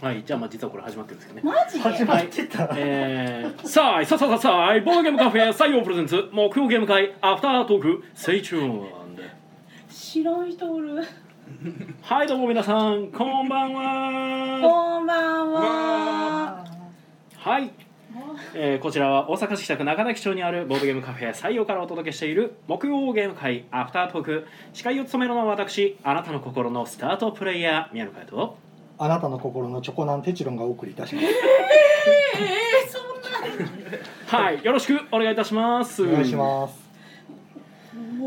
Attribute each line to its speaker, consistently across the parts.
Speaker 1: はいじゃあまあ実はこれ始まってるんですけどね
Speaker 2: マジ
Speaker 3: 始まってた
Speaker 1: えー、さあいさあさあさあさあいボードゲームカフェ採用プレゼンツ目標ゲーム会アフタートーク Stay tuned
Speaker 2: 知らん人おる
Speaker 1: はいどうも皆さんこんばんは
Speaker 2: こんばんは
Speaker 1: はい、えー、こちらは大阪市北区中崎町にあるボードゲームカフェ採用からお届けしている木曜ゲーム会アフタートーク司会を務めるのは私あなたの心のスタートプレイヤー宮野佳代と
Speaker 3: あなたの心のチョコナンテチロンがお送りいたします
Speaker 2: ええそんな
Speaker 1: はいよろしくお願いいたします
Speaker 3: お願いします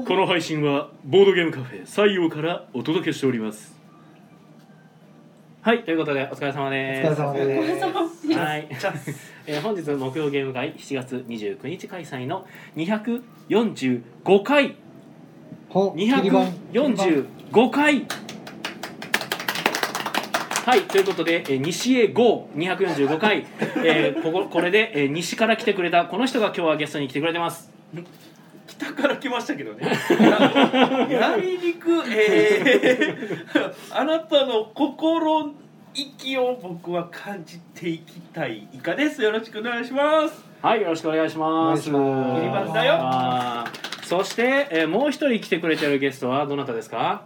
Speaker 1: この配信はボードゲームカフェ採用からお届けしておりますはいということでお疲れ様
Speaker 3: お
Speaker 1: で
Speaker 3: 疲れ
Speaker 1: す
Speaker 3: 様です
Speaker 1: はい、 えー本日木曜ゲーム会7月29日開催の245回
Speaker 3: ほ切り板
Speaker 1: 245回はいということで、えー西へ5245回、えーこここれで、えー西から来てくれたこの人が今日はゲストに来てくれてます
Speaker 4: 北から来ましたけどね。 闇肉、えー、 あなたの心息を僕は感じていきたいイカです。よろしくお願いします。
Speaker 1: はい、よろしくお願いします。
Speaker 3: お願
Speaker 4: いします切りますだよ
Speaker 1: あーそして、えーもう一人来てくれてるゲストはどなたですか。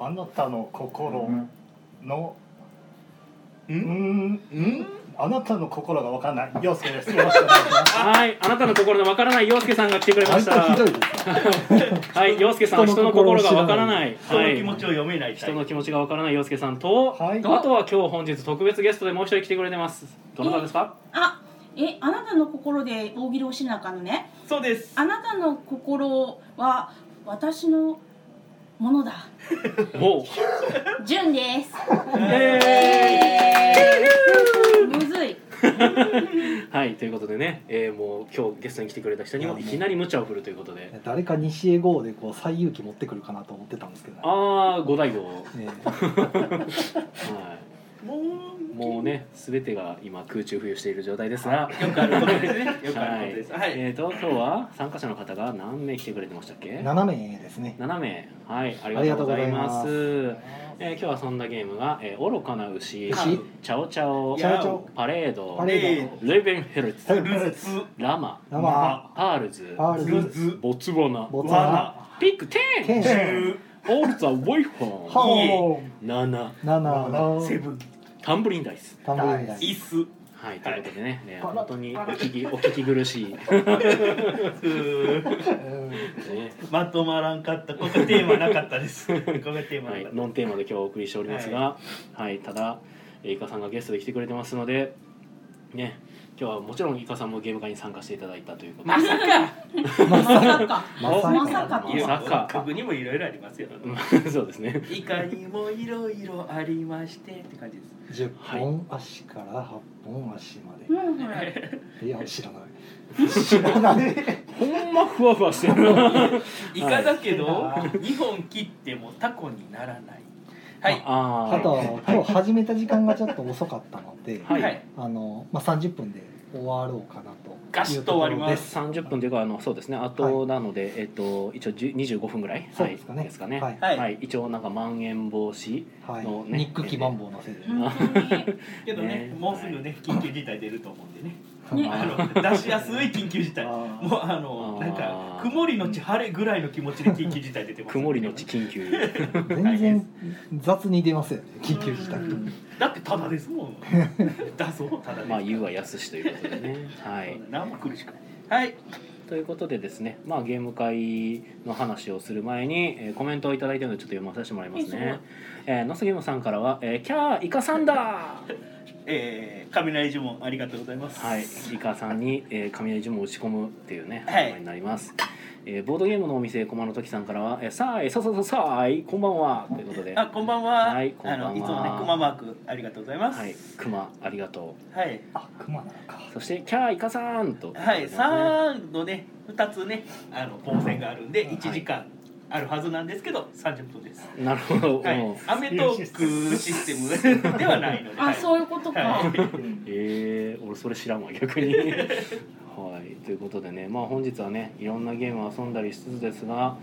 Speaker 5: あなたの心の
Speaker 4: う
Speaker 5: うー
Speaker 4: ん
Speaker 5: んうんあなたの心がわかんない陽介ですよろしくお願いします
Speaker 1: はい、あなたの心のわからない洋介さんが来てくれまし
Speaker 3: 割
Speaker 1: た。
Speaker 3: とひど
Speaker 1: はい
Speaker 3: ですね
Speaker 1: い、洋介さんは人
Speaker 3: 人
Speaker 1: の
Speaker 3: の
Speaker 1: 心
Speaker 3: 心
Speaker 1: が
Speaker 3: が
Speaker 1: わ
Speaker 3: わ
Speaker 1: か
Speaker 3: からら
Speaker 1: な。
Speaker 3: ない
Speaker 4: 人
Speaker 1: は
Speaker 4: の
Speaker 1: い
Speaker 4: 気。持ちを読めないタイ
Speaker 1: 人
Speaker 4: プ
Speaker 1: の気持ちがわからない洋介さんと、
Speaker 3: はい
Speaker 1: あとは今日本日特別ゲストでもう一人来てくれてます。どなたですか。
Speaker 2: あえあなたの心で大喜利をしなあかんのね
Speaker 4: そうです。
Speaker 2: あなたの心は私のものだ
Speaker 1: おう。
Speaker 2: じゅんです
Speaker 1: え
Speaker 2: むずい
Speaker 1: ーはい、ということでね、えーもう今日ゲストに来てくれた人にもいきなり無茶を振るということで。
Speaker 3: 誰か西へ号でこう最勇気持ってくるかなと思ってたんですけどね
Speaker 1: ああ、五大号。は
Speaker 3: ね
Speaker 1: い。
Speaker 4: もう
Speaker 1: もうね、すべてが今空中浮遊している状態ですが。
Speaker 4: よくあること ですね。よくあることです。はい。
Speaker 1: えっ、と、今日は参加者の方が何名来てくれてましたっけ。
Speaker 3: 斜めですね
Speaker 1: 七名、はい、ありがとうございます。
Speaker 3: あり
Speaker 1: えー今日遊んだゲームが、えー、愚かな牛、チ
Speaker 3: 牛
Speaker 1: ャオチャオ、
Speaker 3: チャオチャオ
Speaker 1: パレード
Speaker 3: パ、レー
Speaker 1: レイベンヘルツ、
Speaker 3: ド
Speaker 4: ルーツ、
Speaker 1: ラマ、
Speaker 3: 生
Speaker 1: パールズ、
Speaker 3: パー
Speaker 4: ル
Speaker 3: ルズ
Speaker 4: ズ、
Speaker 1: ボツワナ、
Speaker 3: ボツワ
Speaker 4: ワ
Speaker 1: ピックテ
Speaker 3: テ
Speaker 1: ン、
Speaker 3: ン
Speaker 4: ナ、十、
Speaker 1: オールザウェイホ
Speaker 3: ナ
Speaker 1: ーン、
Speaker 3: ホーン
Speaker 1: 七、
Speaker 3: 7
Speaker 4: セ
Speaker 3: の
Speaker 4: ブン、
Speaker 1: タンブリンダイス。
Speaker 3: タンブリンダイ
Speaker 4: 椅子、
Speaker 1: はい、ということでね、えー本当にお聞き、お聞き苦しい。
Speaker 4: うー
Speaker 3: ス
Speaker 1: ね
Speaker 4: まとまらんかった。ここテーマなかったです。ここテーマ
Speaker 1: はい
Speaker 4: なかっ、た。
Speaker 1: ノンテーマで今日お送りしておりますが、はい、ただ、えーイカさんがゲストで来てくれてますので、ね、今日はもちろんイカさんもゲーム会に参加していただいたということで。まさ
Speaker 3: ま
Speaker 2: ま
Speaker 3: さ
Speaker 2: さか
Speaker 3: まさ
Speaker 2: ま
Speaker 3: か
Speaker 2: さか
Speaker 1: いやまさか
Speaker 4: 僕にもいろいろありますよ。
Speaker 1: かそうですね。
Speaker 4: いかにもいろいろありましてって感じです。
Speaker 3: 10本足から8本足まで
Speaker 2: なんこれ
Speaker 3: いや知らない。知らない。
Speaker 1: ほんまふわふわしてる。
Speaker 4: イカだけど
Speaker 3: はい、
Speaker 4: 二本切ってもタコにならない。はい。
Speaker 1: あー
Speaker 3: あとあの今日始めた時間がちょっと遅かったので、
Speaker 1: はい
Speaker 4: はい。
Speaker 3: あのまあ三十分で終わろうかなと。。
Speaker 4: ガシッと終わります
Speaker 1: 30分というかあのそうですねあとなので、えっと一応10 25分ぐらい
Speaker 3: そうですかね。
Speaker 1: はいですかね、
Speaker 3: はい。
Speaker 4: はい。
Speaker 1: はい一応なんかまん延防止
Speaker 3: はい
Speaker 1: の。ね
Speaker 3: ニック基盤棒のせいで。
Speaker 2: 本当に
Speaker 4: けどね
Speaker 1: ね、
Speaker 4: もうすぐね、緊急事態出ると思うんでね。
Speaker 2: ね
Speaker 4: あの出しやすい緊急事態。も
Speaker 3: あ
Speaker 4: うあの
Speaker 1: あー
Speaker 4: なんか曇りのち晴れぐらいの気持ちで緊急事態出てます。
Speaker 1: 曇りのち。緊急
Speaker 3: ー全然雑に出ますよね。緊急事態。
Speaker 2: うん
Speaker 4: だってただですも ん。だそうただです。
Speaker 1: まあ言うはやすしということでねはい
Speaker 4: 何も苦しくない。はい。
Speaker 1: ということでですね、まあ、ゲーム会の話をする前に、えーコメントをいただいてるのでちょっと読まさせてもらいますね。えー、のすげもさんからは、えー、キャーイカさんだ
Speaker 4: えー、雷呪文ありがとうございます。
Speaker 1: はい、イカさんに、えー、雷呪文を打ち込むっていうね、
Speaker 4: はい
Speaker 1: 名前になります。えーボードゲームのお店駒の時さんからは、えー、さあいさあさあさあいこんばんはということで、
Speaker 4: あ、こんばんは。
Speaker 1: はいこんばんは
Speaker 4: あのいつもね、くまマーク、ありがとうございます。
Speaker 1: はい、クマありがと
Speaker 4: はい。
Speaker 3: あ、熊なのか。
Speaker 1: う。そしてキャーイカさんと、
Speaker 4: はい、
Speaker 1: ということでね
Speaker 4: 三のね、二つね、あの防線があるんで、
Speaker 3: はい
Speaker 4: 一時間あるはずなんですけど、三十分です。
Speaker 1: なるほど、
Speaker 4: は
Speaker 1: もう
Speaker 4: い、アメトークシス テムではないので。
Speaker 2: あ
Speaker 4: う。
Speaker 2: そういうことか
Speaker 4: はい。
Speaker 1: えー、俺それ知らんわ逆 にはいということでねまあ本日はねいろんなゲームを遊んだりしつつですが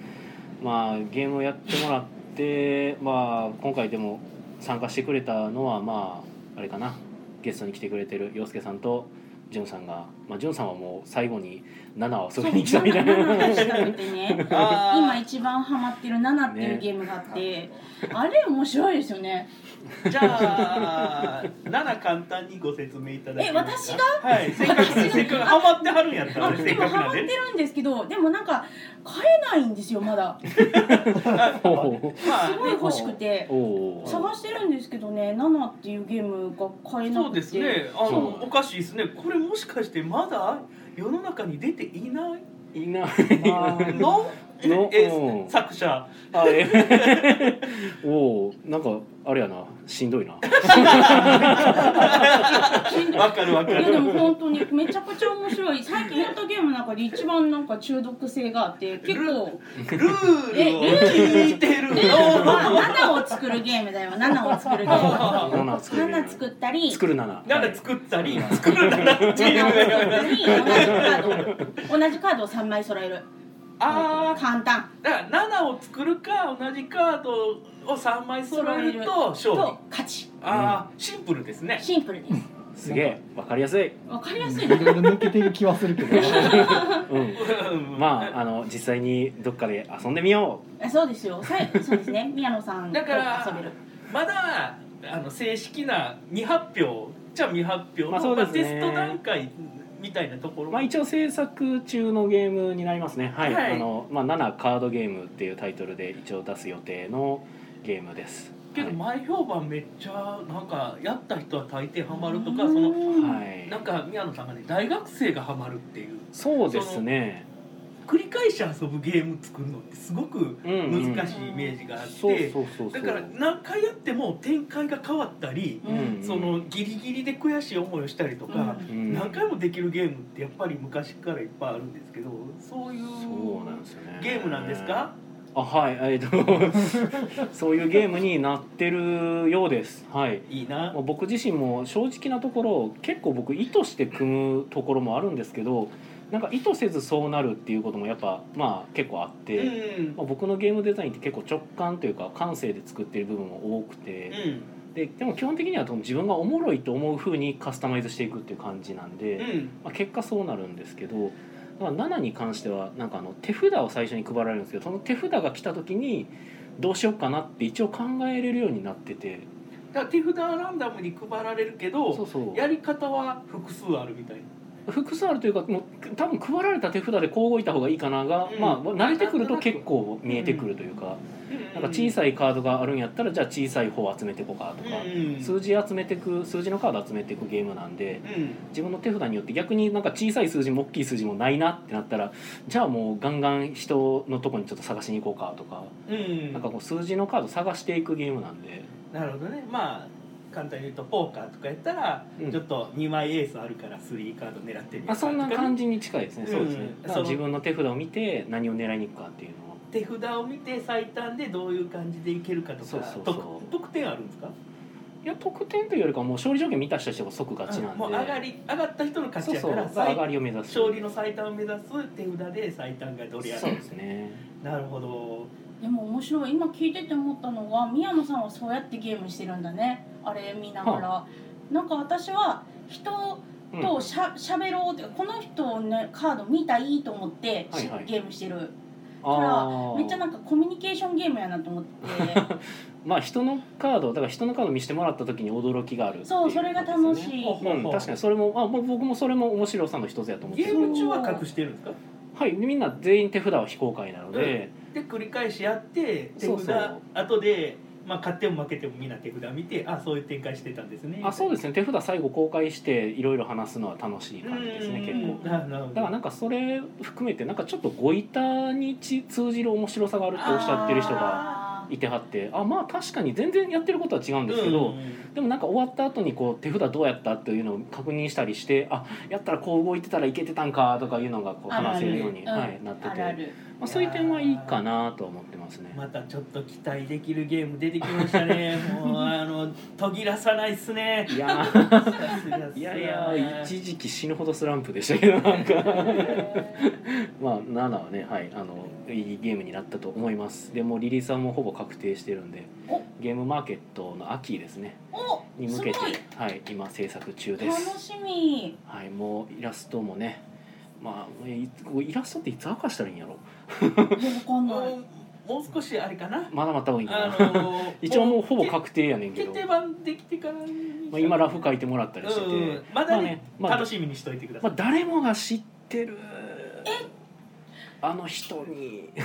Speaker 1: まあゲームをやってもらってまあ今回でも参加してくれたのはまああれかなゲストに来てくれてる洋介さんとジュンさんが、まあ、ジュンさんはもう最後に7を遊びに来たみたい
Speaker 2: そう
Speaker 1: な
Speaker 2: 7調べてね
Speaker 4: あー
Speaker 2: 今一番ハマってる7ってい
Speaker 1: ね
Speaker 2: うゲームがあって、あれ面白いですよね
Speaker 4: じゃあ、七簡単にご説明いただけますか
Speaker 2: え
Speaker 4: はい、せっかく、せっかくハマってはるんやった
Speaker 2: まあ
Speaker 4: らね、
Speaker 2: で
Speaker 4: せっ
Speaker 2: も
Speaker 4: かく
Speaker 2: ハマ
Speaker 4: なん
Speaker 2: って
Speaker 4: でね。
Speaker 2: るんですけどでもなんか買えないんですよまだす
Speaker 1: おお
Speaker 4: まあ
Speaker 2: ごい欲しくて
Speaker 1: おお
Speaker 2: 探してるんですけどね7っていうゲームが買えなくて
Speaker 4: そうですね。あ
Speaker 1: そう
Speaker 4: の、おかしいですね。これもしかして、まだ世の中に出ていない。
Speaker 1: いな
Speaker 4: の。
Speaker 1: の
Speaker 4: え
Speaker 1: う、ん
Speaker 4: 作者。
Speaker 1: あえおおなんかあれやなしんどいな
Speaker 4: わかるわか
Speaker 2: いやで
Speaker 4: る。
Speaker 2: も本当にめちゃくちゃ面白い最近やったゲームの中で一番なんか中毒性があって結構
Speaker 4: ルールを聞いてる
Speaker 2: ルールは
Speaker 4: の。
Speaker 2: 7を作るゲームだよ7を作るゲーム
Speaker 1: 7作る
Speaker 2: 7作ったり
Speaker 1: 作る7
Speaker 4: な
Speaker 1: は
Speaker 4: ら
Speaker 1: い
Speaker 4: 作ったり、作るならってい
Speaker 2: 7を作
Speaker 4: う。
Speaker 2: ったり同じカード同じカードを3枚揃える
Speaker 4: ああ、
Speaker 2: 簡単
Speaker 4: だから七を作るか、同じカードを三枚揃えると勝利
Speaker 2: と。勝ち
Speaker 4: ああ、シンプルですね。
Speaker 2: シンプルです
Speaker 1: すげえわかりやすい、
Speaker 2: わかりやすい
Speaker 3: いろいろ抜けてる気はするけど。
Speaker 1: うん、まああの実際にどっかで遊んでみよう
Speaker 2: あそうですよさいそうですね宮野さんと
Speaker 4: だから
Speaker 2: 遊べる
Speaker 4: まだあの正式な未発表じゃあ未発表の、
Speaker 1: まあそうですね
Speaker 4: テスト段階みたいなところ
Speaker 1: まあ、一応制作中のゲームになりますねはい、
Speaker 4: はい
Speaker 1: あのまあ、7カードゲームっていうタイトルで一応出す予定のゲームです
Speaker 4: けど
Speaker 1: はい
Speaker 4: 前評判めっちゃなんかやった人は大抵ハマるとかその
Speaker 1: はい
Speaker 4: なんか宮野さんがね大学生がハマるっていう
Speaker 1: そうですね
Speaker 4: 繰り返し遊ぶゲーム作るのってすごく
Speaker 1: うん
Speaker 4: 難しいイメージがあって、
Speaker 1: そうそうそうそう
Speaker 4: だから何回やっても展開が変わったり、
Speaker 2: うん
Speaker 1: うん
Speaker 4: そのギリギリで悔しい思いをしたりとか、
Speaker 1: うん
Speaker 4: 何回もできるゲームってやっぱり昔からいっぱいあるんですけどそういう
Speaker 1: そうなんですよね
Speaker 4: ゲームなんですか、
Speaker 1: あはいえっと そういうゲームになってるようですはい
Speaker 4: いいな
Speaker 1: もう僕自身も正直なところ結構僕意図して組むところもあるんですけどなんか意図せずそうなるっていうこともやっぱまあ結構あって、
Speaker 4: うん
Speaker 1: まあ、僕のゲームデザインって結構直感というか感性で作ってる部分も多く
Speaker 4: う
Speaker 1: て、
Speaker 4: ん
Speaker 1: ででも基本的には自分がおもろいと思う風にカスタマイズしていくっていう感じなんで、
Speaker 4: うん
Speaker 1: まあ、結果そうなるんですけどだから7に関してはなんかあの手札を最初に配られるんですけどその手札が来た時にどうしようかなって一応考えれるようになってて
Speaker 4: だから手札はランダムに配られるけど
Speaker 1: そうそう
Speaker 4: やり方は複数あるみたいな
Speaker 1: 複数あるというかもう多分配られた手札でこう動いた方がいいかなが、
Speaker 4: うん
Speaker 1: まあ慣れてくると結構見えてくるというか、なんか小
Speaker 4: い
Speaker 1: さいカードがあるんやったらじゃあ小さい方を集めていこうかとか、
Speaker 4: うん
Speaker 1: 数字集めてく数字のカード集めていくゲームなんで
Speaker 4: うん
Speaker 1: 自分の手札によって逆になんか小さい数字も大きい数字もないなってなったらじゃあもうガンガン人のとこにちょっと探しに行こうかとか、
Speaker 4: うん
Speaker 1: なんかこう数字のカード探していくゲームなんで。
Speaker 4: なるほどねまあ簡単に言うとポーカーとかやったら、
Speaker 1: うん
Speaker 4: ちょっと2枚エースあるから3カード狙ってみ
Speaker 1: あそんな感
Speaker 4: じ
Speaker 1: じに近いですね、そうですね
Speaker 4: うん
Speaker 1: だから自分の手札を見て何を狙いに行くかっていうのを
Speaker 4: 手札を見て最短でどういう感じでいけるかとか
Speaker 1: そうそうそう
Speaker 4: 得得点あるんですか
Speaker 1: いや得点というよりかはもう勝利条件満たした人が即勝ちなんで、
Speaker 4: もう上がり上がった人の勝
Speaker 1: そ
Speaker 4: ち
Speaker 1: う
Speaker 4: やか
Speaker 1: そう
Speaker 4: ら
Speaker 1: 上がりを目指す
Speaker 4: 勝利の最短を目指す手札で最短がどれや
Speaker 1: そう
Speaker 4: る
Speaker 1: ですね
Speaker 4: なるほど
Speaker 2: でも面白い今聞いてて思ったのは宮野さんはそうやってゲームしてるんだねあれ見ながら、なんか私は人
Speaker 1: うん
Speaker 2: としゃ,、しゃべろうってこの人のカード見たいと思って、
Speaker 1: はいはい
Speaker 2: ゲームしてる
Speaker 1: あー
Speaker 2: めっちゃなんかコミュニケーションゲームやな と思って
Speaker 1: まあ人のカードだから人のカード見せてもらった時に驚きがあるってい
Speaker 2: そうそれが楽しい、
Speaker 4: ほうほ
Speaker 1: うん、確かにそれもあ僕もそれも面白さの一つやと思って
Speaker 4: ゲ
Speaker 1: る
Speaker 4: ーム中は隠してるんですか
Speaker 1: はいみんな全員手札は非公開なので、
Speaker 4: で繰り返しやって手札
Speaker 1: そうそう
Speaker 4: 後で、まあ、勝っても負けてもみんな手札見てあそういう展開してたんですね
Speaker 1: あそうですすね手札最後公開していろいろ話すのは楽しい感じですね結構
Speaker 4: ななるほ
Speaker 1: だからなんかそれ含めてなんかちょっとご板にち通じる面白さがあるっておっしゃってる人が
Speaker 2: あー
Speaker 1: いてはってあまあ確かに全然やってることは違うん
Speaker 4: ど
Speaker 1: ですけど、
Speaker 4: うんうん
Speaker 1: でもなんか終わった後にこう手札どうやったっていうのを確認したりしてあやったらこう動いてたらいけてたんかとかいうのがこう
Speaker 2: あるある
Speaker 1: 話せるように
Speaker 2: うん
Speaker 1: はい、なって
Speaker 2: あるあ
Speaker 1: て
Speaker 2: る
Speaker 1: まあ、そういう点はいいかなと思ってますね。
Speaker 4: またちょっと期待できるゲーム出てきまし たねもうあの途切らさないっすね
Speaker 1: いやー
Speaker 4: さすがっす
Speaker 1: いやいや一時期死ぬほどスランプでしたけどなんかまあ7はねはいあのいいゲームになったと思いますでもうリリースはもうほぼ確定してるんで
Speaker 2: お
Speaker 1: ゲームマーケットの秋ですね
Speaker 2: お
Speaker 1: に
Speaker 2: す
Speaker 1: 向
Speaker 2: ご
Speaker 1: け
Speaker 2: い
Speaker 1: てはい今制作中です
Speaker 2: 楽しみ
Speaker 1: はいもうイラストもねまあいイラストっていつ明かしたらいいんやろ
Speaker 2: わかんな
Speaker 4: も
Speaker 2: いう
Speaker 4: もう少しあれかな
Speaker 1: まだまだ多いん
Speaker 4: あ
Speaker 1: かな
Speaker 4: の
Speaker 1: 一応もうほぼ
Speaker 4: 確
Speaker 1: 確定やねんけど、
Speaker 4: 決定版できてから
Speaker 1: まあ、今ラフ書いてもらったりしてて、
Speaker 4: うんま
Speaker 1: ま
Speaker 4: だ
Speaker 1: あ
Speaker 4: ね
Speaker 1: ね、まあ
Speaker 4: 楽、しみにしといてくださ
Speaker 1: ま
Speaker 4: い
Speaker 1: あ、誰もが知ってるあの人に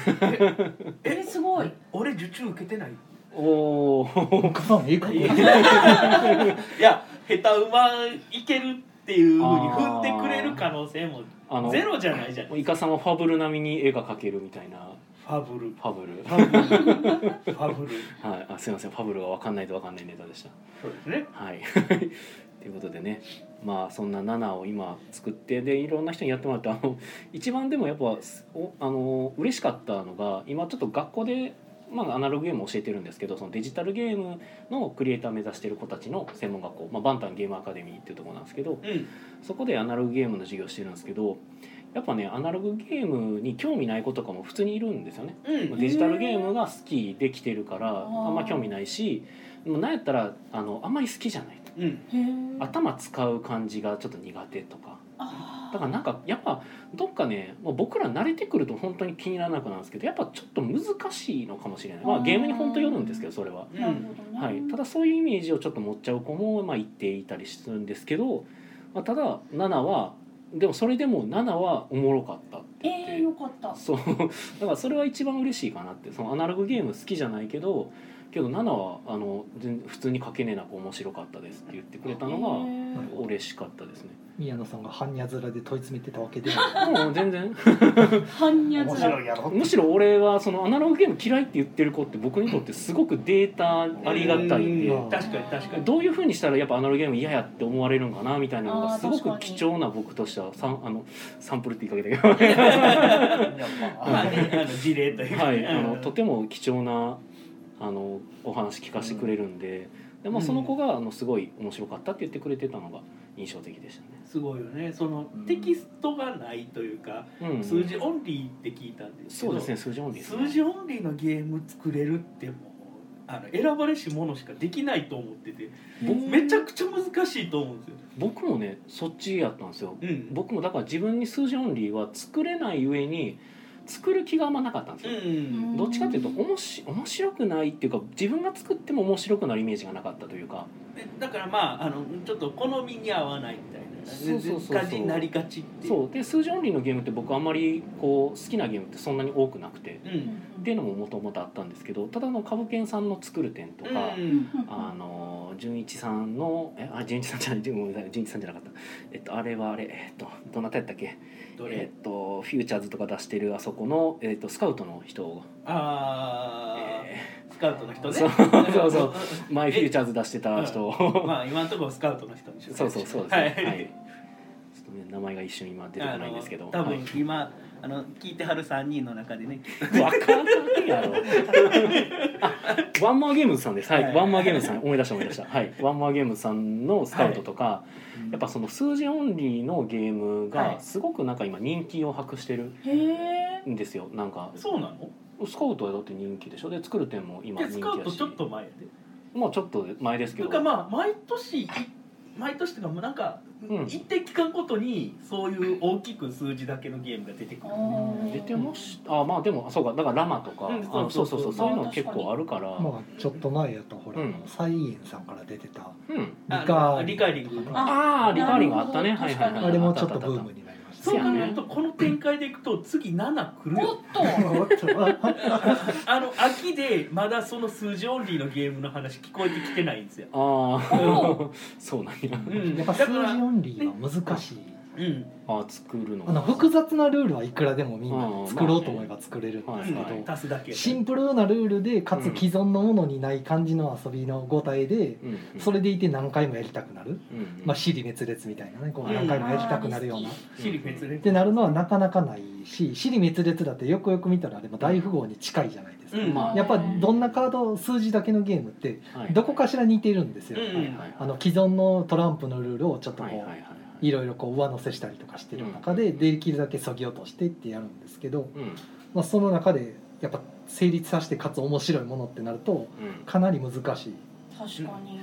Speaker 2: えすごい
Speaker 4: 俺受注受けてない
Speaker 1: おお
Speaker 5: 奥さんええか
Speaker 1: い
Speaker 4: いや下手馬いけるっていうふうに踏んでくれる可能性も
Speaker 1: あの
Speaker 4: ゼロじゃないじゃん
Speaker 1: もうイカさんはファブル並みに絵が描けるみたいな
Speaker 4: ファブル
Speaker 1: ファブ ル
Speaker 5: ファブルファブル
Speaker 1: はいあすいませんファブルが分かんないと分かんないネタでした
Speaker 4: そうですね
Speaker 1: はい ということでねまあそんな7を今作ってでいろんな人にやってもらってあの一番でもやっぱすおあの嬉しかったのが今ちょっと学校で、まあ、アナログゲームを教えてるんですけどそのデジタルゲームのクリエイター目指してる子たちの専門学校、まあ、バンタンゲームアカデミーっていうところなんですけど
Speaker 4: うん
Speaker 1: そこでアナログゲームの授業してるんですけどやっぱねアナログゲームに興味ない子とかも普通にいるんですよね。
Speaker 4: うん
Speaker 1: デジタルゲームが好きできてるから
Speaker 2: ー
Speaker 1: あんま興味ないしもうなんやったらあのあんまり好きじゃない
Speaker 4: うん
Speaker 2: へえ
Speaker 1: 頭使う感じがちょっと苦手とか
Speaker 2: あ
Speaker 1: だからなんかやっぱどっかねもう僕ら慣れてくると本当に気にならなくなるんですけどやっぱちょっと難しいのかもしれないま
Speaker 2: あ
Speaker 1: あ
Speaker 2: ー
Speaker 1: ゲームに本当よるんですけどそれは、
Speaker 2: ーなるほどね
Speaker 1: はい、ただそういうイメージをちょっと持っちゃう子もまあ言っていたりするんですけど、まあ、ただ7はでもそれでも7はおもろかったって言って
Speaker 2: えー、よかった
Speaker 1: そうだからそれは一番嬉しいかなってそのアナログゲーム好きじゃないけどけど7はあの全普通に書けねえなく面白かったですって言ってくれたの
Speaker 2: へ
Speaker 1: が
Speaker 2: ー
Speaker 1: 嬉しかったですね。
Speaker 3: 宮野さんが半夜面で問い詰めてたわけでも
Speaker 1: もう全然
Speaker 2: 般
Speaker 5: 面
Speaker 2: 若面
Speaker 5: 白いやろ
Speaker 1: むしろ俺はそのアナログゲーム嫌いって言ってる子って僕にとってすごくデータありがたいん
Speaker 5: うん
Speaker 1: で
Speaker 4: 確かに確かに
Speaker 1: どういうふうにしたらやっぱアナログゲーム嫌やって思われるんかなみたいなの
Speaker 2: あ
Speaker 1: が
Speaker 2: ー
Speaker 1: すご
Speaker 2: 確か
Speaker 1: く
Speaker 2: に
Speaker 1: 貴重な僕としてはサンあのサンプルって言いかけたけど
Speaker 4: まあねあの事例というか
Speaker 1: はい
Speaker 4: ね
Speaker 1: あのとても貴重なあのお話聞かせてくれるんで。でまあ、その子があのすごい面白かったって言ってくれてたのが印象的でし
Speaker 4: すごいよねそのテキストがないというか
Speaker 1: たね。うん、
Speaker 4: 数字オンリーって聞いたんですけど
Speaker 1: そうですね数字オンリーですね
Speaker 4: 数字オンリーのゲーム作れるってもうあの選ばれし者しかできないと思ってて
Speaker 1: 僕
Speaker 4: めちゃくちゃ難しいと思うんですよ。
Speaker 1: 僕もねそっちやったんですよ。
Speaker 4: うん
Speaker 1: 僕もだから自分に数字オンリーは作れない上に作る気があんまなかったんです
Speaker 4: う
Speaker 1: よ、
Speaker 4: ん
Speaker 1: どっちかっていうとおもし面白くないっていうか自分が作っても面白くなるイメージがなかったというか
Speaker 4: でだからまああのちょっと好みに合わないみたいな
Speaker 1: そうそうそうそう
Speaker 4: 感じになりがちっていう
Speaker 1: そうで数字オンリーのゲームって僕あんまりこう好きなゲームってそんなに多くなくて
Speaker 4: う
Speaker 2: うんん
Speaker 1: っていうのももともとあったんですけどただあの株券さんの作る点とか、
Speaker 4: う
Speaker 2: うん
Speaker 4: ん
Speaker 1: あの純一さんのえあ純一さんじゃないごめんなさい純一さんじゃなかったえっとあれはあれえっとどなたやったっけ
Speaker 4: どれ
Speaker 1: えっとフューチャーズとか出してるあそこの、えっと、スカウトの人
Speaker 4: あー
Speaker 1: え
Speaker 4: スカウトの人ね
Speaker 1: そうそうそうーマイフュー
Speaker 4: チ
Speaker 1: チャーズ出してた人、
Speaker 4: ャまあ今のところスカウトの人でしょ
Speaker 1: そうそうそうですね、
Speaker 4: は
Speaker 1: はい
Speaker 4: い、
Speaker 1: ちょっとね名前が一瞬今出てこないんですけど
Speaker 4: あの多
Speaker 1: はい
Speaker 4: 分今、あの聞いてはる3人の中でね
Speaker 1: わかんない やろあワンマーゲームズさんですはい、
Speaker 4: はい
Speaker 1: ワンマーゲームズさん思い出した思い出したはいワンマーゲームズさんのスカウトとか、やっぱその数字オンリーのゲーム
Speaker 4: はい
Speaker 1: がすごくなんか今人気を博してる
Speaker 2: へえ
Speaker 1: んですよなんか
Speaker 4: そうなの
Speaker 1: スカウトはだって人気でしょで作る点も今
Speaker 4: で
Speaker 1: 人
Speaker 4: ス
Speaker 1: 気
Speaker 4: カウ
Speaker 1: だ
Speaker 4: ト
Speaker 1: し
Speaker 4: ちょっと前やで
Speaker 1: まあちょっと前ですけ
Speaker 4: な
Speaker 1: ど
Speaker 4: んかまあ毎年い毎年とかもうなんか、
Speaker 1: うん
Speaker 4: 一定期間ごとにそういう大きく数字だけのゲームが出てくる
Speaker 1: 出てましたあまあでもそうかだからラマとか、
Speaker 4: うん
Speaker 1: あのそうそうそうそういうの
Speaker 2: あ
Speaker 1: は結構あるから、
Speaker 3: まあちょっと前やとほら、
Speaker 1: うん
Speaker 3: サイエンさんから出てた
Speaker 1: うん
Speaker 3: リ
Speaker 4: あ
Speaker 3: カー
Speaker 4: リカーリング
Speaker 2: あ
Speaker 1: ああーリカーリングあったね
Speaker 2: なるほ
Speaker 1: はいは
Speaker 2: ど
Speaker 1: いはい
Speaker 3: あれもちょっとブームになりました
Speaker 4: そう
Speaker 1: や
Speaker 4: 考
Speaker 1: ね
Speaker 4: えるとこの展開でいくと次7来る
Speaker 2: おっ
Speaker 4: よ
Speaker 2: と
Speaker 3: おっと
Speaker 4: あの秋でまだその数字オンリーのゲームの話聞こえてきてないんですよ、
Speaker 1: ああそうなんや
Speaker 4: うん、
Speaker 3: や
Speaker 4: だ
Speaker 3: っぱ数
Speaker 4: か
Speaker 3: 字
Speaker 4: ら
Speaker 3: オンリーは難しい
Speaker 4: うん
Speaker 1: あ作るの
Speaker 3: あの複雑なルールはいくらでもみん
Speaker 1: うん
Speaker 3: な作ろうと思えば作れるん
Speaker 1: まあ
Speaker 3: で
Speaker 1: ね
Speaker 3: すけ
Speaker 1: はい
Speaker 3: ど
Speaker 4: 足すだけ
Speaker 3: シンプルなルールでかつ既存のものにない感じの遊びの5体で
Speaker 1: うんうん
Speaker 3: それでいて何回もやりたくなる、
Speaker 1: うんうん
Speaker 3: まあ、私利滅裂みたいなねこ
Speaker 4: う
Speaker 3: うん何回もやりたくなるような。
Speaker 4: シリ別
Speaker 3: っ
Speaker 4: ね
Speaker 3: てなるのはなかなかないし私利滅裂だってよくよく見たらでも大富豪に近いじゃないですか、
Speaker 4: うん
Speaker 1: まあ
Speaker 3: やっぱどんなカード数字だけのゲームって
Speaker 1: はい
Speaker 3: どこかしら似てるんですよ、
Speaker 4: うん
Speaker 1: はいはいはい
Speaker 3: あの既存のトランプのルールをちょっとこ
Speaker 1: は
Speaker 3: う、
Speaker 1: い
Speaker 3: い
Speaker 1: はいはいはい
Speaker 3: ろいろこう上乗せしたりとかしてる中でできるだけ削ぎ落としてってやるんですけど、
Speaker 1: うんうん
Speaker 3: まあ、その中でやっぱ成立させてかつ面白いものってなるとかなり難しい
Speaker 2: 確かに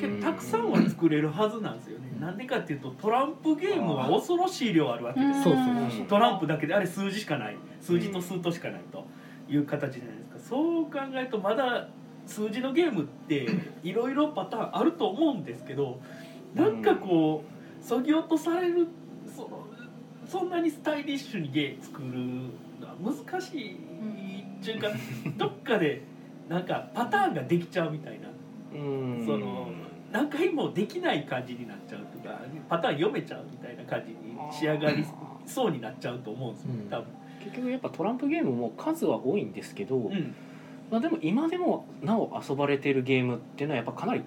Speaker 4: けどたくさんは作れるはずなんですよねなんでかっていうとトランプゲームは恐ろしい量あるわけです
Speaker 3: そうそう
Speaker 1: うん
Speaker 4: トランプだけであれ数字しかない数字と数としかないという形じゃないですかそう考えるとまだ数字のゲーム っていろいろパターンあると思うんですけどなんかこうそぎ落とされるそのそんなにスタイリッシュにゲー作るのは難しいっていうかどっかでなんかパターンができちゃうみたいな
Speaker 1: うん
Speaker 4: その何回もできない感じになっちゃうとかパターン読めちゃうみたいな感じに仕上がりそうになっちゃうと思うんですよ、
Speaker 3: うん
Speaker 4: 多分。
Speaker 1: 結局やっぱトランプゲームも数は多いんですけど、
Speaker 4: うん
Speaker 1: まあ、でも今でもなお遊ばれてるゲームっていうのはやっぱかなり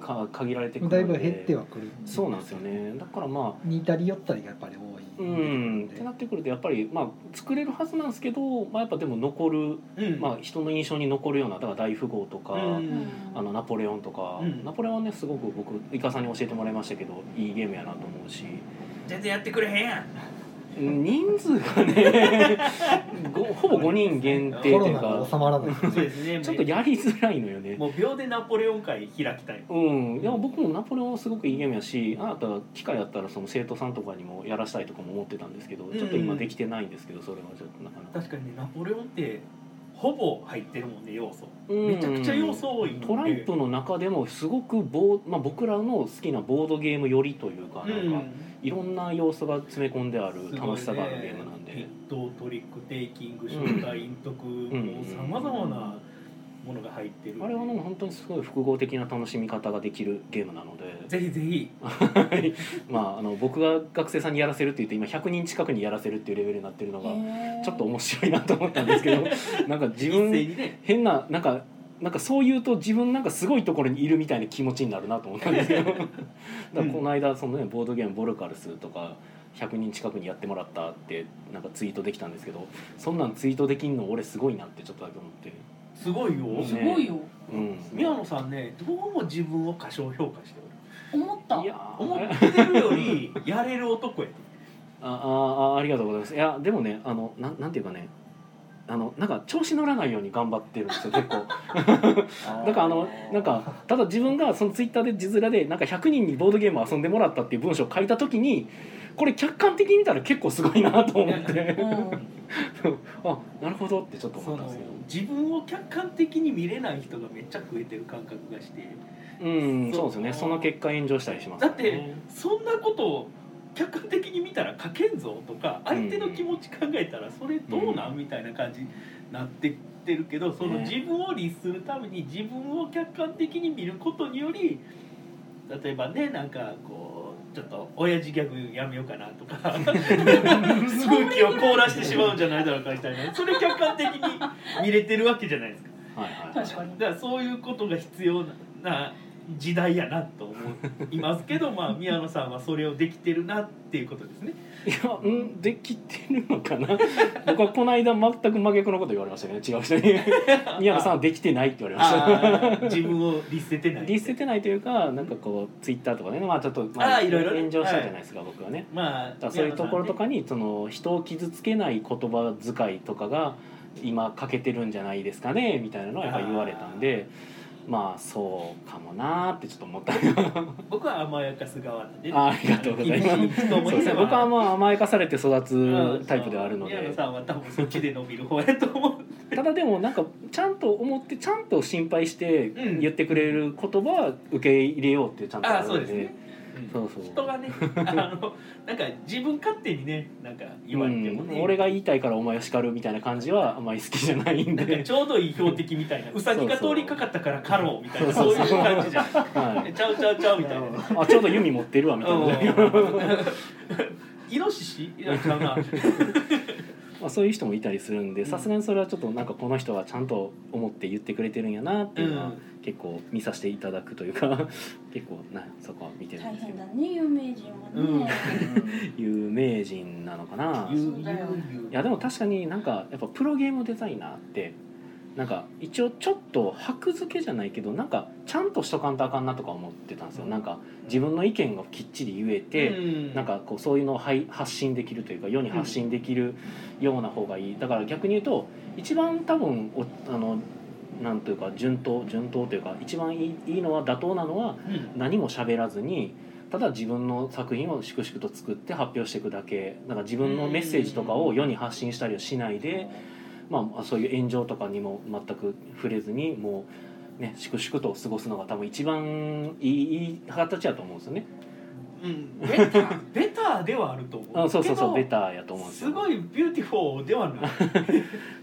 Speaker 1: か限られてくるの
Speaker 3: だい
Speaker 1: で
Speaker 3: ぶ減ってはくる
Speaker 1: そうなんですよねだからまあ
Speaker 3: 似たり寄ったりがやっぱり多
Speaker 1: う
Speaker 3: い
Speaker 1: ん
Speaker 3: ん
Speaker 1: っ
Speaker 3: で
Speaker 1: てなってくるとやっぱりまあ作れるはずなんですけど、まあ、やっぱでも残る、
Speaker 4: うん
Speaker 1: まあ、人の印象に残るようなだから大富豪とか、
Speaker 4: うん
Speaker 1: あのナポレオンとか、
Speaker 4: うん
Speaker 1: ナポレオンはねすごく僕イカさんに教えてもらいましたけどいいゲームやなと思うし
Speaker 4: 全然やってくれへんやん
Speaker 1: 人数が ねごほぼ5人限定と
Speaker 3: コロ
Speaker 1: いう
Speaker 3: ナが
Speaker 1: か
Speaker 3: 収まらないですね
Speaker 4: そうですね
Speaker 1: ちょっとやりづらいのよね
Speaker 4: もう秒でナポレオン会開きたい
Speaker 1: うん、いや僕もナポレオンすごくいいゲームやしあなた機会あったらその生徒さんとかにもやらしたいとかも思ってたんですけど、
Speaker 4: ん
Speaker 1: ちょっと今できてないんですけどそれはちょっとなかなか、
Speaker 4: 確かにねナポレオンってほぼ入ってるもんね要素
Speaker 1: うん
Speaker 4: めちゃくちゃ要素多いので
Speaker 1: トランプの中でもすごくボー、まあ、僕らの好きなボードゲーム寄りというかなんか、いろんな要素が詰め込んである楽しさがあるゲームなんで、
Speaker 4: すごいね筆頭トリックテイキング招待隠
Speaker 1: ん
Speaker 4: 匿もうさまざまなものが入ってる
Speaker 1: あれはもう本当にすごい複合的な楽しみ方ができるゲームなので
Speaker 4: ぜひぜひ
Speaker 1: はいまああの僕が学生さんにやらせるって言って今100人近くにやらせるっていうレベルになってるのがちょっと面白いなと思ったんですけ どなんか自
Speaker 4: 一
Speaker 1: 分
Speaker 4: 斉にね
Speaker 1: 変ななんかなんかそう言うと自分なんかすごいところにいるみたいな気持ちになるなと思ったんです けどだからこの間そのねボードゲーム「ボルカルス」とか100人近くにやってもらったってなんかツイートできたんですけどそんなんツイートできんの俺すごいなってちょっとだけ思って、
Speaker 4: すごいよ
Speaker 2: すごいよ
Speaker 1: うん、
Speaker 4: 宮野さんねどうも自分を過小評価しておる
Speaker 2: 思った
Speaker 1: いやー
Speaker 4: 思ってるよりやれる男や
Speaker 1: ああありがとうございますいやでもねあのなんなんていうかねあのなんか調子乗らないように頑張ってるんですよ結構だ からあのなんかただ自分がそのツイッターで字面でなんか100人にボードゲームを遊んでもらったっていう文章を書いた時にこれ客観的に見たら結構すごいなと思って
Speaker 2: うん
Speaker 1: あなるほどってちょっと思
Speaker 4: そ
Speaker 1: ったんで
Speaker 4: の
Speaker 1: すけど
Speaker 4: 自分を客観的に見れない人がめっちゃ増えてる感覚がして
Speaker 1: うん
Speaker 4: そ
Speaker 1: そううですよねその結果炎上したりします
Speaker 4: だ
Speaker 1: よ
Speaker 4: っ
Speaker 1: ね
Speaker 4: てそんなことを客観的に見たら書けんぞとか相手の気持ち考えたらそれどうな
Speaker 1: うん
Speaker 4: みたいな感じになってってるけどその
Speaker 1: ね
Speaker 4: 自分を律するために自分を客観的に見ることにより例えばねなんかこうちょっと親父ギャグやめようかなと か空気を凍らしてしまうんじゃないだろうかみたいなそれ客観的に見れてるわけじゃないですか。
Speaker 1: はいはいはい
Speaker 2: 確かに
Speaker 4: だからそういうことが必要な時代やなと思いますけ どまあ宮野さんはそれをできてるなっていうことですね。
Speaker 1: いやうんできてるのかな 僕はこの間全く真逆のこと言われましたね違う人 に宮野さんはできてないって言われました
Speaker 4: あー自分を律せて ない。
Speaker 1: 律せてないというかなんかこうツイッターとかねまあちょっと、ま
Speaker 4: あーいろいろね
Speaker 1: 炎上したじゃないですか、僕はね
Speaker 4: まあ
Speaker 1: だからそういうところとかにその人を傷つけない言葉遣いとかが今欠けてるんじゃないですかねみたいなのはやっぱ言われたんでまあそうかもなーってちょっと 思った
Speaker 4: 僕は甘やかす側なんで、
Speaker 1: あーありがとうございます
Speaker 4: す。そう
Speaker 1: そうですね僕はまあ甘やかされて育
Speaker 4: うん
Speaker 1: つタイプではあるの
Speaker 4: 宮野
Speaker 1: で
Speaker 4: さんは多分そっちで伸びる方やと思う。
Speaker 1: ただでもなんかちゃんと思ってちゃんと心配して
Speaker 4: うん
Speaker 1: 言ってくれる言葉は受け入れようっていうちゃんと
Speaker 4: ああ
Speaker 1: る
Speaker 4: そう
Speaker 1: の
Speaker 4: ですね。うん
Speaker 1: そうそう
Speaker 4: 人がね、あのなんか自分勝手にね、なんか言われてもね、
Speaker 1: うん俺が言いたいからお前を叱るみたいな感じはあんまり好きじゃないん
Speaker 4: なんか
Speaker 1: で、
Speaker 4: ちょうどいい標的みたいな、うさぎが通りかかったからカローみたいな、
Speaker 1: そう
Speaker 4: そ
Speaker 1: う
Speaker 4: い
Speaker 1: そう
Speaker 4: う感じじゃん。
Speaker 1: はい、
Speaker 4: ちゃうちゃうちゃうみたいな。
Speaker 1: あちょうど弓持ってるわみたいな、
Speaker 4: うんイノシシいやちゃうな
Speaker 1: まあ、そういう人もいたりするんでさすがにそれはちょっとなんかこの人はちゃんと思って言ってくれてるんやなっていうのは
Speaker 4: うん
Speaker 1: 結構見させていただくというか 結構なそこは見てるん
Speaker 2: 大
Speaker 1: ですけ
Speaker 2: 変
Speaker 1: ど
Speaker 2: だね有名人は
Speaker 4: うん
Speaker 2: ね、
Speaker 1: 有名人なのかな
Speaker 4: ゆ
Speaker 1: い
Speaker 2: そうだよ
Speaker 4: ゆゆ
Speaker 1: やでも確かになんかやっぱプロゲームデザイナーってなんか一応ちょっと箔付けじゃないけどなんかちゃんとしとかんとあかんなとか思ってたんですよなんか自分の意見がきっちり言えて、
Speaker 4: うん
Speaker 1: なんかこうそういうのをはい発信できるというか世に発信できるような方がいいだから逆に言うと一番多分おあのなんというか順当順当というか一番いいいいのは妥当なのは
Speaker 4: うん
Speaker 1: 何も喋らずにただ自分の作品を粛々と作って発表していくだけだから自分のメッセージとかを世に発信したりはしないで、まあ、そういう炎上とかにも全く触れずにもう、ね、粛々と過ごすのが多分一番いいいい形だと思うんですよね。
Speaker 4: うんベターベターではあると思う
Speaker 1: あそうそう
Speaker 4: け
Speaker 1: そう
Speaker 4: ど
Speaker 1: ベターやと思うんですよ
Speaker 4: すごいビューティフォーではない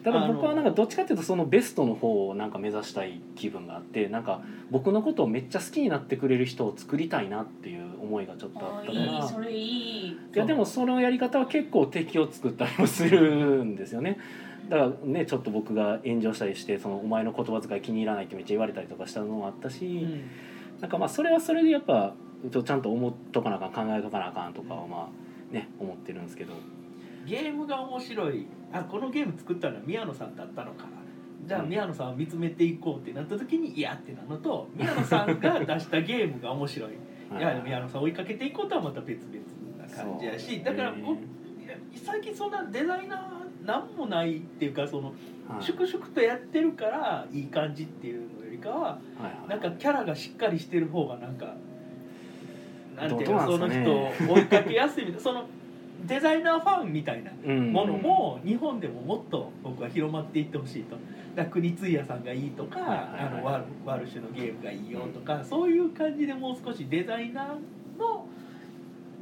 Speaker 1: ただ
Speaker 4: あの
Speaker 1: 僕はなんかどっちかっていうとそのベストの方をなんか目指したい気分があってなんか僕のことをめっちゃ好きになってくれる人を作りたいなっていう思いがちょっとあ
Speaker 2: あ
Speaker 1: った
Speaker 2: ー
Speaker 1: から
Speaker 2: いいそれ いい
Speaker 1: いやでもそのやり方は結構敵を作ったりもするんですよねだからねちょっと僕が炎上したりしてそのお前の言葉遣い気に入らないってめっちゃ言われたりとかしたのもあったし、
Speaker 4: うん
Speaker 1: なんかまあそれはそれでやっぱちゃんと思っとかなあかん考えとかなあかんとかはまあね思ってるんですけど。
Speaker 4: ゲームが面白いあこのゲーム作ったのは宮野さんだったのかじゃあ
Speaker 1: うん
Speaker 4: 宮野さんを見つめていこうってなった時に「いや」ってなるのと宮野さんが出したゲームが 面白いいや宮野さんを追いかけていこうとはまた別々な感じやしだから
Speaker 1: ね
Speaker 4: こいや最近そんなデザイナーなんもないっていうかその
Speaker 1: はい
Speaker 4: 粛々とやってるからいい感じっていうのよりかは
Speaker 1: はいはい
Speaker 4: なんかキャラがしっかりしてる方がなんかなんていうか
Speaker 1: ど
Speaker 4: そ
Speaker 1: な
Speaker 4: うの
Speaker 1: んすか
Speaker 4: 人を
Speaker 1: ね
Speaker 4: 追いかけやすいみたいなそのデザイナーファンみたいな
Speaker 1: も
Speaker 4: ものも日本でももっと僕は広まっていってほしいとだから国津屋さんがいいとか、
Speaker 1: はいはいはい
Speaker 4: あのワルワルシュのゲームがいいよとか、そういう感じでもう少しデザイナーの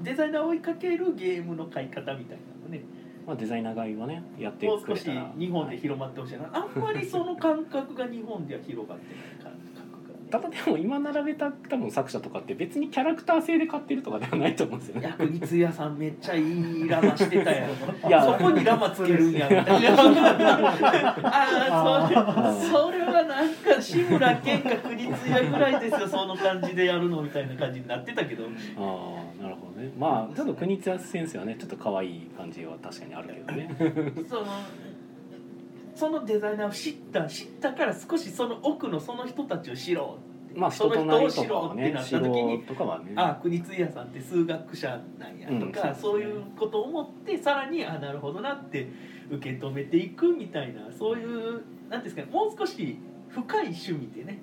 Speaker 4: デザイナーを追いかけるゲームの買い方みたいなのね
Speaker 1: まあ、デザイナーがいはねやって
Speaker 4: もう
Speaker 1: く
Speaker 4: 少
Speaker 1: れ
Speaker 4: した
Speaker 1: ら
Speaker 4: 日本で広まってほしいな、あんまりその感覚が日本では広がってない感
Speaker 1: ただ
Speaker 4: 覚が、ね。
Speaker 1: でも今並べた多分作者とかって別にキャラクター性で買ってるとかではないと思うんですよね。
Speaker 4: 薬光屋さんめっちゃいいラマしてたやろ
Speaker 1: いや
Speaker 4: そこにラマつけるんやみたいなああそれそれはなんか志村けんか国津屋ぐらいですよその感じでやるのみたいな感じになってたけど
Speaker 1: ああなるほどね。まあちょっと国津安先生はねちょっと可愛い感じは確かにあるけど ね。
Speaker 4: そのそのデザイナーを知った知ったから少しその奥のその人たちを知ろ
Speaker 1: まあ人となりとか
Speaker 4: その人を知ろ
Speaker 1: は
Speaker 4: うって
Speaker 1: ね
Speaker 4: なった
Speaker 1: 素
Speaker 4: 時に
Speaker 1: 人とかはね
Speaker 4: う。ああ国津屋さんって数学者なんやとか、
Speaker 1: うん
Speaker 4: そういうことを思ってさらにあなるほどなって受け止めていくみたいなそういうなんていうんですかねもう少し深い趣味でね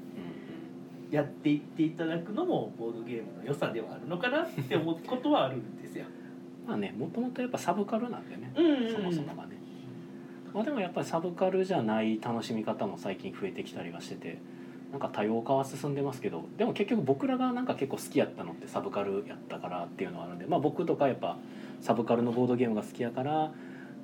Speaker 1: うん
Speaker 4: やっていっていただくのもボードゲームの良さではあるのかなって思うことはあるんですよ。
Speaker 1: まあねもともとやっぱサブカルなんでね、
Speaker 4: うんうんうん
Speaker 1: そもそもがね。まあでもやっぱりサブカルじゃない楽しみ方も最近増えてきたりはしてて。なんか多様化は進んでますけどでも結局僕らがなんか結構好きやったのってサブカルやったからっていうのはあるんで、まあ、僕とかやっぱサブカルのボードゲームが好きやから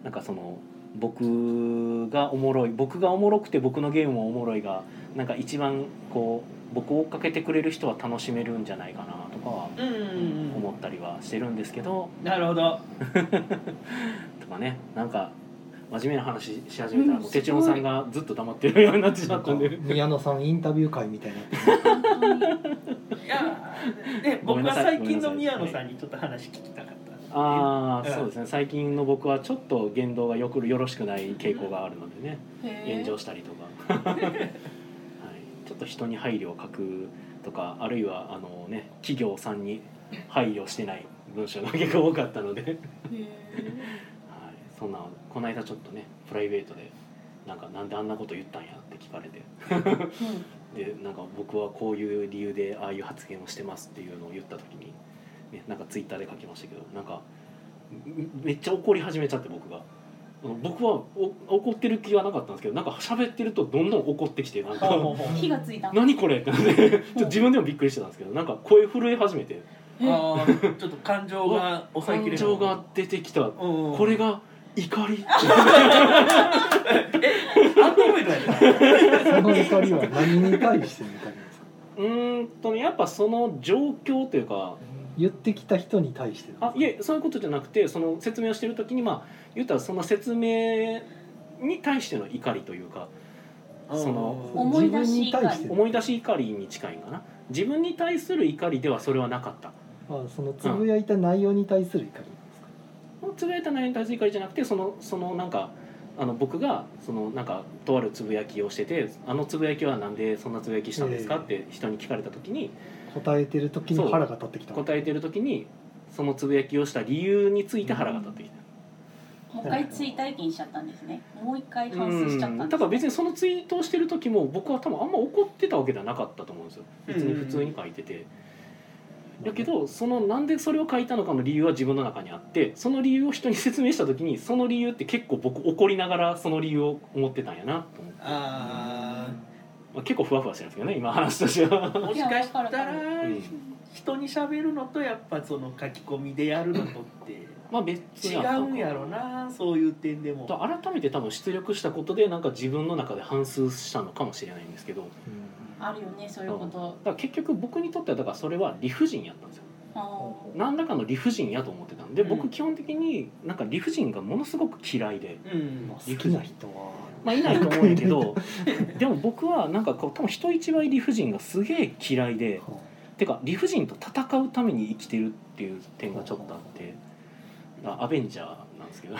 Speaker 1: なんかその僕がおもろい僕がおもろくて僕のゲームもおもろいがなんか一番こう僕を追っかけてくれる人は楽しめるんじゃないかなとかは
Speaker 4: うんうん
Speaker 1: 思ったりはしてるんですけど、
Speaker 4: なるほど。
Speaker 1: とかねなんか真面目な話し始めたらもう哲郎さんがずっと黙ってるようになってしまったんで。
Speaker 3: 宮野さんインタビュー会みたいになってる
Speaker 2: 本当に
Speaker 4: いや、で
Speaker 1: ごめん
Speaker 4: 僕
Speaker 1: な
Speaker 4: は
Speaker 1: さい
Speaker 4: 最近の
Speaker 1: ごめんな
Speaker 4: 宮
Speaker 1: さい
Speaker 4: 野さんにちょっと話聞きたかった。
Speaker 1: ああ
Speaker 4: うん
Speaker 1: そうですね最近の僕はちょっと言動がよくよろしくない傾向があるのでね炎上したりとか、 はい、ちょっと人に配慮を書くとかあるいはあのね企業さんに配慮してない文章が結構多かった ので、はい、
Speaker 2: へえ
Speaker 1: そんなこの間ちょっとねプライベートでなんかなんであんなこと言ったんやって聞かれてでなんか僕はこういう理由でああいう発言をしてますっていうのを言った時に、ね、なんかツイッターで書きましたけどなんかめめっちゃ怒り始めちゃって僕があの僕はお怒ってる気はなかったんですけどなんか喋ってるとどんどん怒ってきてなん
Speaker 4: ほうほ
Speaker 1: か
Speaker 4: うほう
Speaker 2: うん火がついた
Speaker 1: 「何これ!」ってなってちょっと
Speaker 2: うん
Speaker 1: 自分でもびっくりしてたんですけどなんか声震え始めて
Speaker 4: あーちょっと感情が抑えきれ
Speaker 1: 感
Speaker 4: な
Speaker 1: 情
Speaker 4: い。
Speaker 1: が出てきた
Speaker 4: うんうん
Speaker 1: こ れが怒 り
Speaker 4: アンドロイドやね。
Speaker 3: その怒りは何に対しての怒りですか
Speaker 1: うーんとねやっぱその状況というか
Speaker 3: 言ってきた人に対して
Speaker 1: あいえそういうことじゃなくてその説明をしてる時にまあ言ったらその説明に対しての怒りというかその
Speaker 2: 思い出し
Speaker 3: 自分に対して
Speaker 1: 思い出し怒りに近いんかな自分に対する怒りではそれはなかった
Speaker 3: あそのつぶやいた内容に対する怒り
Speaker 1: つぶやいた内容に対する怒りじゃなくてそのそのなんかあの僕がそのなんかとあるつぶやきをしてて「あのつぶやきはなんでそんなつぶやきしたんですか?」
Speaker 3: ええ
Speaker 1: って人に聞かれた時に
Speaker 3: 答えてる時
Speaker 1: そう
Speaker 3: に腹が立ってきた
Speaker 1: 答えてる時にそのつぶやきをした理由について腹が立ってきた。
Speaker 2: もう一回追体験しちゃったんですねもう一回反省しちゃったん
Speaker 1: うん
Speaker 2: で
Speaker 1: だ
Speaker 2: す
Speaker 1: から
Speaker 2: ね
Speaker 1: 別にそのツイートをしてる時も僕は多分あんま怒ってたわけではなかったと思うんですよ別に普通に書いてて。だけどそのなんでそれを書いたのかの理由は自分の中にあってその理由を人に説明した時にその理由って結構僕怒りながらその理由を思ってたんやなと思って、
Speaker 4: あ
Speaker 1: まあ、結構ふわふわしてるんですけどね今話としては
Speaker 4: あ。もしかした
Speaker 2: いやわから
Speaker 1: うん
Speaker 4: 人に喋るのとやっぱその書き込みでやるのとって
Speaker 1: まあ別
Speaker 4: 違
Speaker 1: にあったのか
Speaker 4: うんやろなそういう点でも。
Speaker 1: と改めて多分出力したことでなんか自分の中で反芻したのかもしれないんですけどだ
Speaker 2: あるよねそういうこと
Speaker 1: から結局僕にとってはだからそれは理不尽やったんですよ
Speaker 2: あー
Speaker 1: 何らかの理不尽やと思ってたんで
Speaker 4: う
Speaker 1: 僕
Speaker 4: ん
Speaker 1: 基本的になんか理不尽がものすごく嫌いで、
Speaker 4: うん
Speaker 3: まあ、好きな人は
Speaker 1: まあ、いないと思うんやけどでも僕はなんかこう多分人一倍理不尽がすげえ嫌いでてか理不尽と戦うために生きてるっていう点がちょっとあってあアベンジャーなんですけど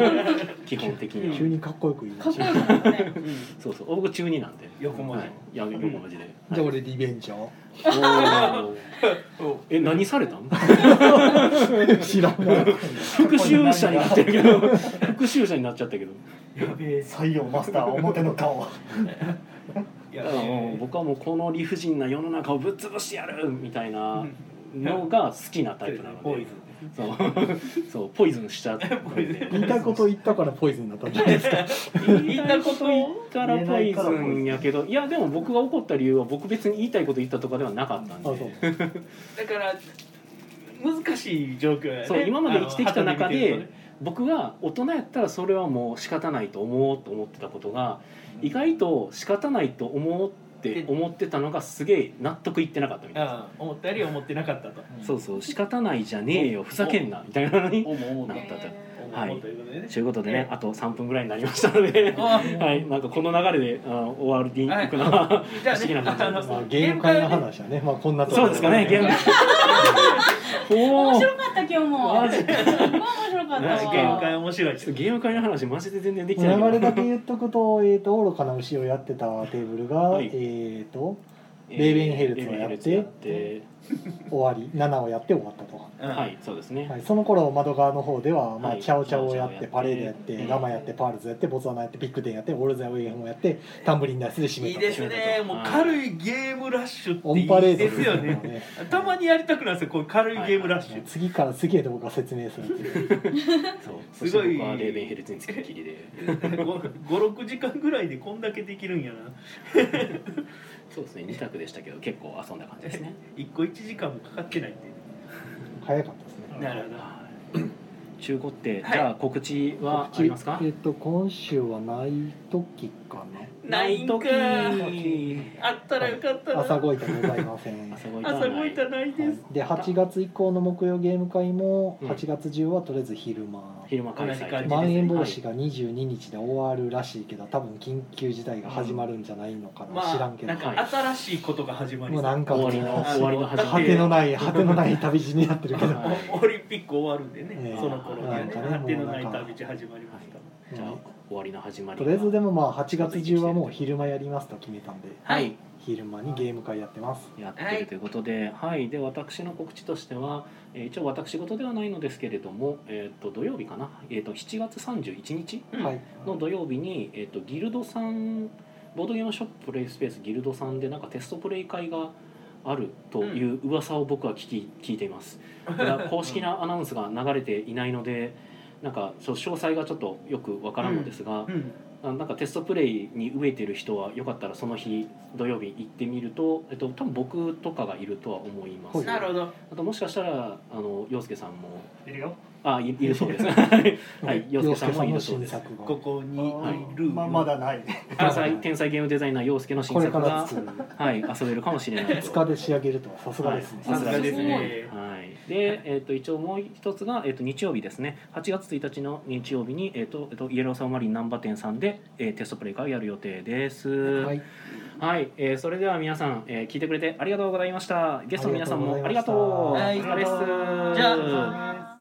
Speaker 1: 基本的には
Speaker 3: 急にかっこよく言い
Speaker 2: か
Speaker 3: ま
Speaker 2: っ
Speaker 3: し
Speaker 2: こ
Speaker 3: た
Speaker 2: よくなったね
Speaker 4: うん
Speaker 1: そうそう僕中二なんで
Speaker 4: 横文字
Speaker 1: はい、いや横文字で、
Speaker 3: じゃあ俺リベンジャ
Speaker 1: はいおー
Speaker 4: お
Speaker 1: え何されたん
Speaker 3: ー知らない
Speaker 1: 復讐者になってるけど復讐者になっちゃったけど
Speaker 4: やべえ
Speaker 5: 採用マスター表の顔
Speaker 4: や
Speaker 1: だか
Speaker 4: べ
Speaker 1: らもう
Speaker 4: え
Speaker 1: 僕はもうこの理不尽な世の中をぶっ潰してやるみたいなのが好きなタイプなの
Speaker 4: ポイ
Speaker 1: で
Speaker 4: ズ
Speaker 1: そうそう ポイズンしちゃったので
Speaker 3: 言いたいこと言ったからポイズンになったんじゃないです か
Speaker 1: 言いたいこと言ったらポイズンやけどいやでも僕が怒った理由は僕別に言いたいこと言ったとかではなかったんで
Speaker 3: あそう
Speaker 4: だから難しい状況やね
Speaker 1: そう今まで生きてきた中で
Speaker 4: あの旗見てる
Speaker 1: 僕が大人やったらそれはもう仕方ないと思おうと思ってたことが
Speaker 4: とね
Speaker 1: 意外と仕方ないと思おうって思ってたのがすげえ納得いってなかったみたいな
Speaker 4: ああ思ったより思ってなかったと
Speaker 1: そうそう仕方ないじゃねえよふざけんなみたいなのに
Speaker 4: 思う思う
Speaker 1: な
Speaker 4: と
Speaker 1: んか
Speaker 2: え
Speaker 1: はい
Speaker 4: 思うということでね
Speaker 1: ということでね、あと3分ぐらいになりましたの で、
Speaker 4: あ
Speaker 1: はい、なんかこの流れであの終わりに行くのは、
Speaker 4: じゃあ
Speaker 1: 不思議
Speaker 4: ね
Speaker 1: な感じ
Speaker 4: あの
Speaker 3: まあ、ゲーム会の
Speaker 4: ゲーム会はね
Speaker 3: 話はね、まあ、こんなとこ
Speaker 1: そう
Speaker 3: ろ
Speaker 1: ですかね、ゲーム。お
Speaker 2: 面
Speaker 1: お、ち
Speaker 2: 白かった今日も
Speaker 1: マ
Speaker 2: す
Speaker 1: ジ
Speaker 2: っごい面白かった
Speaker 4: あ
Speaker 2: わ
Speaker 4: ゲーム会面白いです
Speaker 1: ょっとゲーム会の話マジで全然でき
Speaker 3: 流
Speaker 1: てないけど。
Speaker 3: れだけ言っとくと,、えー、と愚かな牛をやってたテーブルが、
Speaker 1: はい
Speaker 3: えっ、と
Speaker 1: えー
Speaker 3: レーベンヘルツを
Speaker 1: レー
Speaker 3: やって
Speaker 1: ベンヘルツ
Speaker 3: 終わり7をやって終わったと、
Speaker 4: うん
Speaker 1: やってはい、そうですね。
Speaker 3: はい、その頃窓側の方では、まあ
Speaker 1: はい
Speaker 3: チャオチャオをやっ
Speaker 1: チャオチャオやって
Speaker 3: てパレードやって
Speaker 1: うん
Speaker 3: ガマやってパールズやってボツワナやってビッグデンやってオールザウェイもやってタンブリンダイスで締め
Speaker 4: い
Speaker 3: た
Speaker 4: い
Speaker 3: と
Speaker 4: ですねもう軽いゲームラッシュ
Speaker 3: オ
Speaker 4: ってい
Speaker 3: ンパレー
Speaker 4: い
Speaker 3: ド
Speaker 4: ですよ
Speaker 3: もう
Speaker 4: ねたまにやりたくなるんですよこう軽いゲームラッシュ
Speaker 3: 次から次へと僕が説明するっていう
Speaker 1: そう、そ
Speaker 4: すごい
Speaker 1: して僕はレーベンヘルツにつきっきりで。
Speaker 4: 56時間ぐらいでこんだけできるんやな
Speaker 1: そうですね、二択でしたけど、結構遊んだ感じですね。
Speaker 4: 一個一時間もかかってないっていう
Speaker 3: 早かったですね
Speaker 4: なるほど
Speaker 1: はい中古って、
Speaker 4: はい
Speaker 1: じゃあ告知はありますか
Speaker 3: え。っと今週はない時か
Speaker 4: ないんか
Speaker 1: ー
Speaker 4: あったらよかった
Speaker 3: な
Speaker 4: な
Speaker 3: 朝ごいてございません
Speaker 1: 朝ごいた
Speaker 4: 朝ごいた
Speaker 1: は
Speaker 4: ない
Speaker 3: は
Speaker 4: で
Speaker 3: い
Speaker 4: す、
Speaker 3: で8月以降の木曜ゲーム会も
Speaker 1: うん
Speaker 3: 8月中はとりあえず昼間
Speaker 1: い、昼間開催ということで。
Speaker 3: まん延防止
Speaker 1: が。
Speaker 3: が22日で終わるらしいけど多分緊急事態が始まるんじゃないのかな、
Speaker 4: ま
Speaker 3: 知らん
Speaker 4: あ
Speaker 3: けど
Speaker 4: なんか新しいことが始まり
Speaker 3: もう
Speaker 4: そう
Speaker 3: なんか
Speaker 1: 終
Speaker 3: も
Speaker 1: わ
Speaker 3: う
Speaker 1: りの、
Speaker 3: 果
Speaker 1: 終わりの始まり。
Speaker 3: てのない果てのない旅路になってる けど、
Speaker 1: はい
Speaker 4: おオリンピック終わるんでね、
Speaker 3: ええ
Speaker 4: その頃にはね
Speaker 3: なんかね
Speaker 4: 果てのない
Speaker 3: もうなんか
Speaker 4: 旅路始まりました、
Speaker 3: うん
Speaker 1: じゃあ終わりの始まり
Speaker 3: とりあえずでもまあ8月中はもう昼間やりますと決めたんで
Speaker 1: はい
Speaker 3: 昼間にゲーム会やってます
Speaker 1: やってるということで、はい、で私の告知としては、えー一応私事ではないのですけれども、えー、と土曜日かな、えー、と7月31日
Speaker 4: うん
Speaker 3: はい
Speaker 1: の土曜日に、えー、とギルドさんボードゲームショッププレイスペースギルドさんでなんかテストプレイ会があるという噂を僕は聞き聞いています。ただ公式なアナウンスが流れていないのでなんかそう詳細がちょっとよくわからんのですが、
Speaker 4: うん
Speaker 1: あなんかテストプレイに飢えてる人はよかったらその日土曜日行ってみると、えっと、多分僕とかがいるとは思います、
Speaker 3: はい
Speaker 4: なるほど
Speaker 1: あともしかしたらあの陽介さんも
Speaker 5: いるよ
Speaker 1: あいいるそうですはいはい陽介さんもい
Speaker 3: の
Speaker 1: るそう
Speaker 3: 新
Speaker 1: です
Speaker 3: 作
Speaker 4: こ
Speaker 3: が
Speaker 4: こにいる、
Speaker 5: まあまだない
Speaker 1: 天才天才ゲームデザイナー陽介の新
Speaker 3: これ
Speaker 1: 作
Speaker 3: から
Speaker 1: が
Speaker 3: 作る
Speaker 1: はい、遊べるかもしれないと
Speaker 3: 2日で仕上げるとはさすがですね、
Speaker 1: はいさすがです
Speaker 2: すご
Speaker 1: ねはいで、えっと一応もう一つが、えっと日曜日ですね8月1日の日曜日に、えっとえっとイエローサンマリン難波店さんで、えーテストプレイ会をやる予定です。
Speaker 3: は
Speaker 1: はい、
Speaker 3: い、
Speaker 1: えーそれでは皆さん、えー聞いてくれてありがとうございました。ゲストの皆さんもありがとう。お
Speaker 4: あり
Speaker 1: 疲
Speaker 4: が
Speaker 1: れっす。
Speaker 4: とうございました
Speaker 2: じゃあ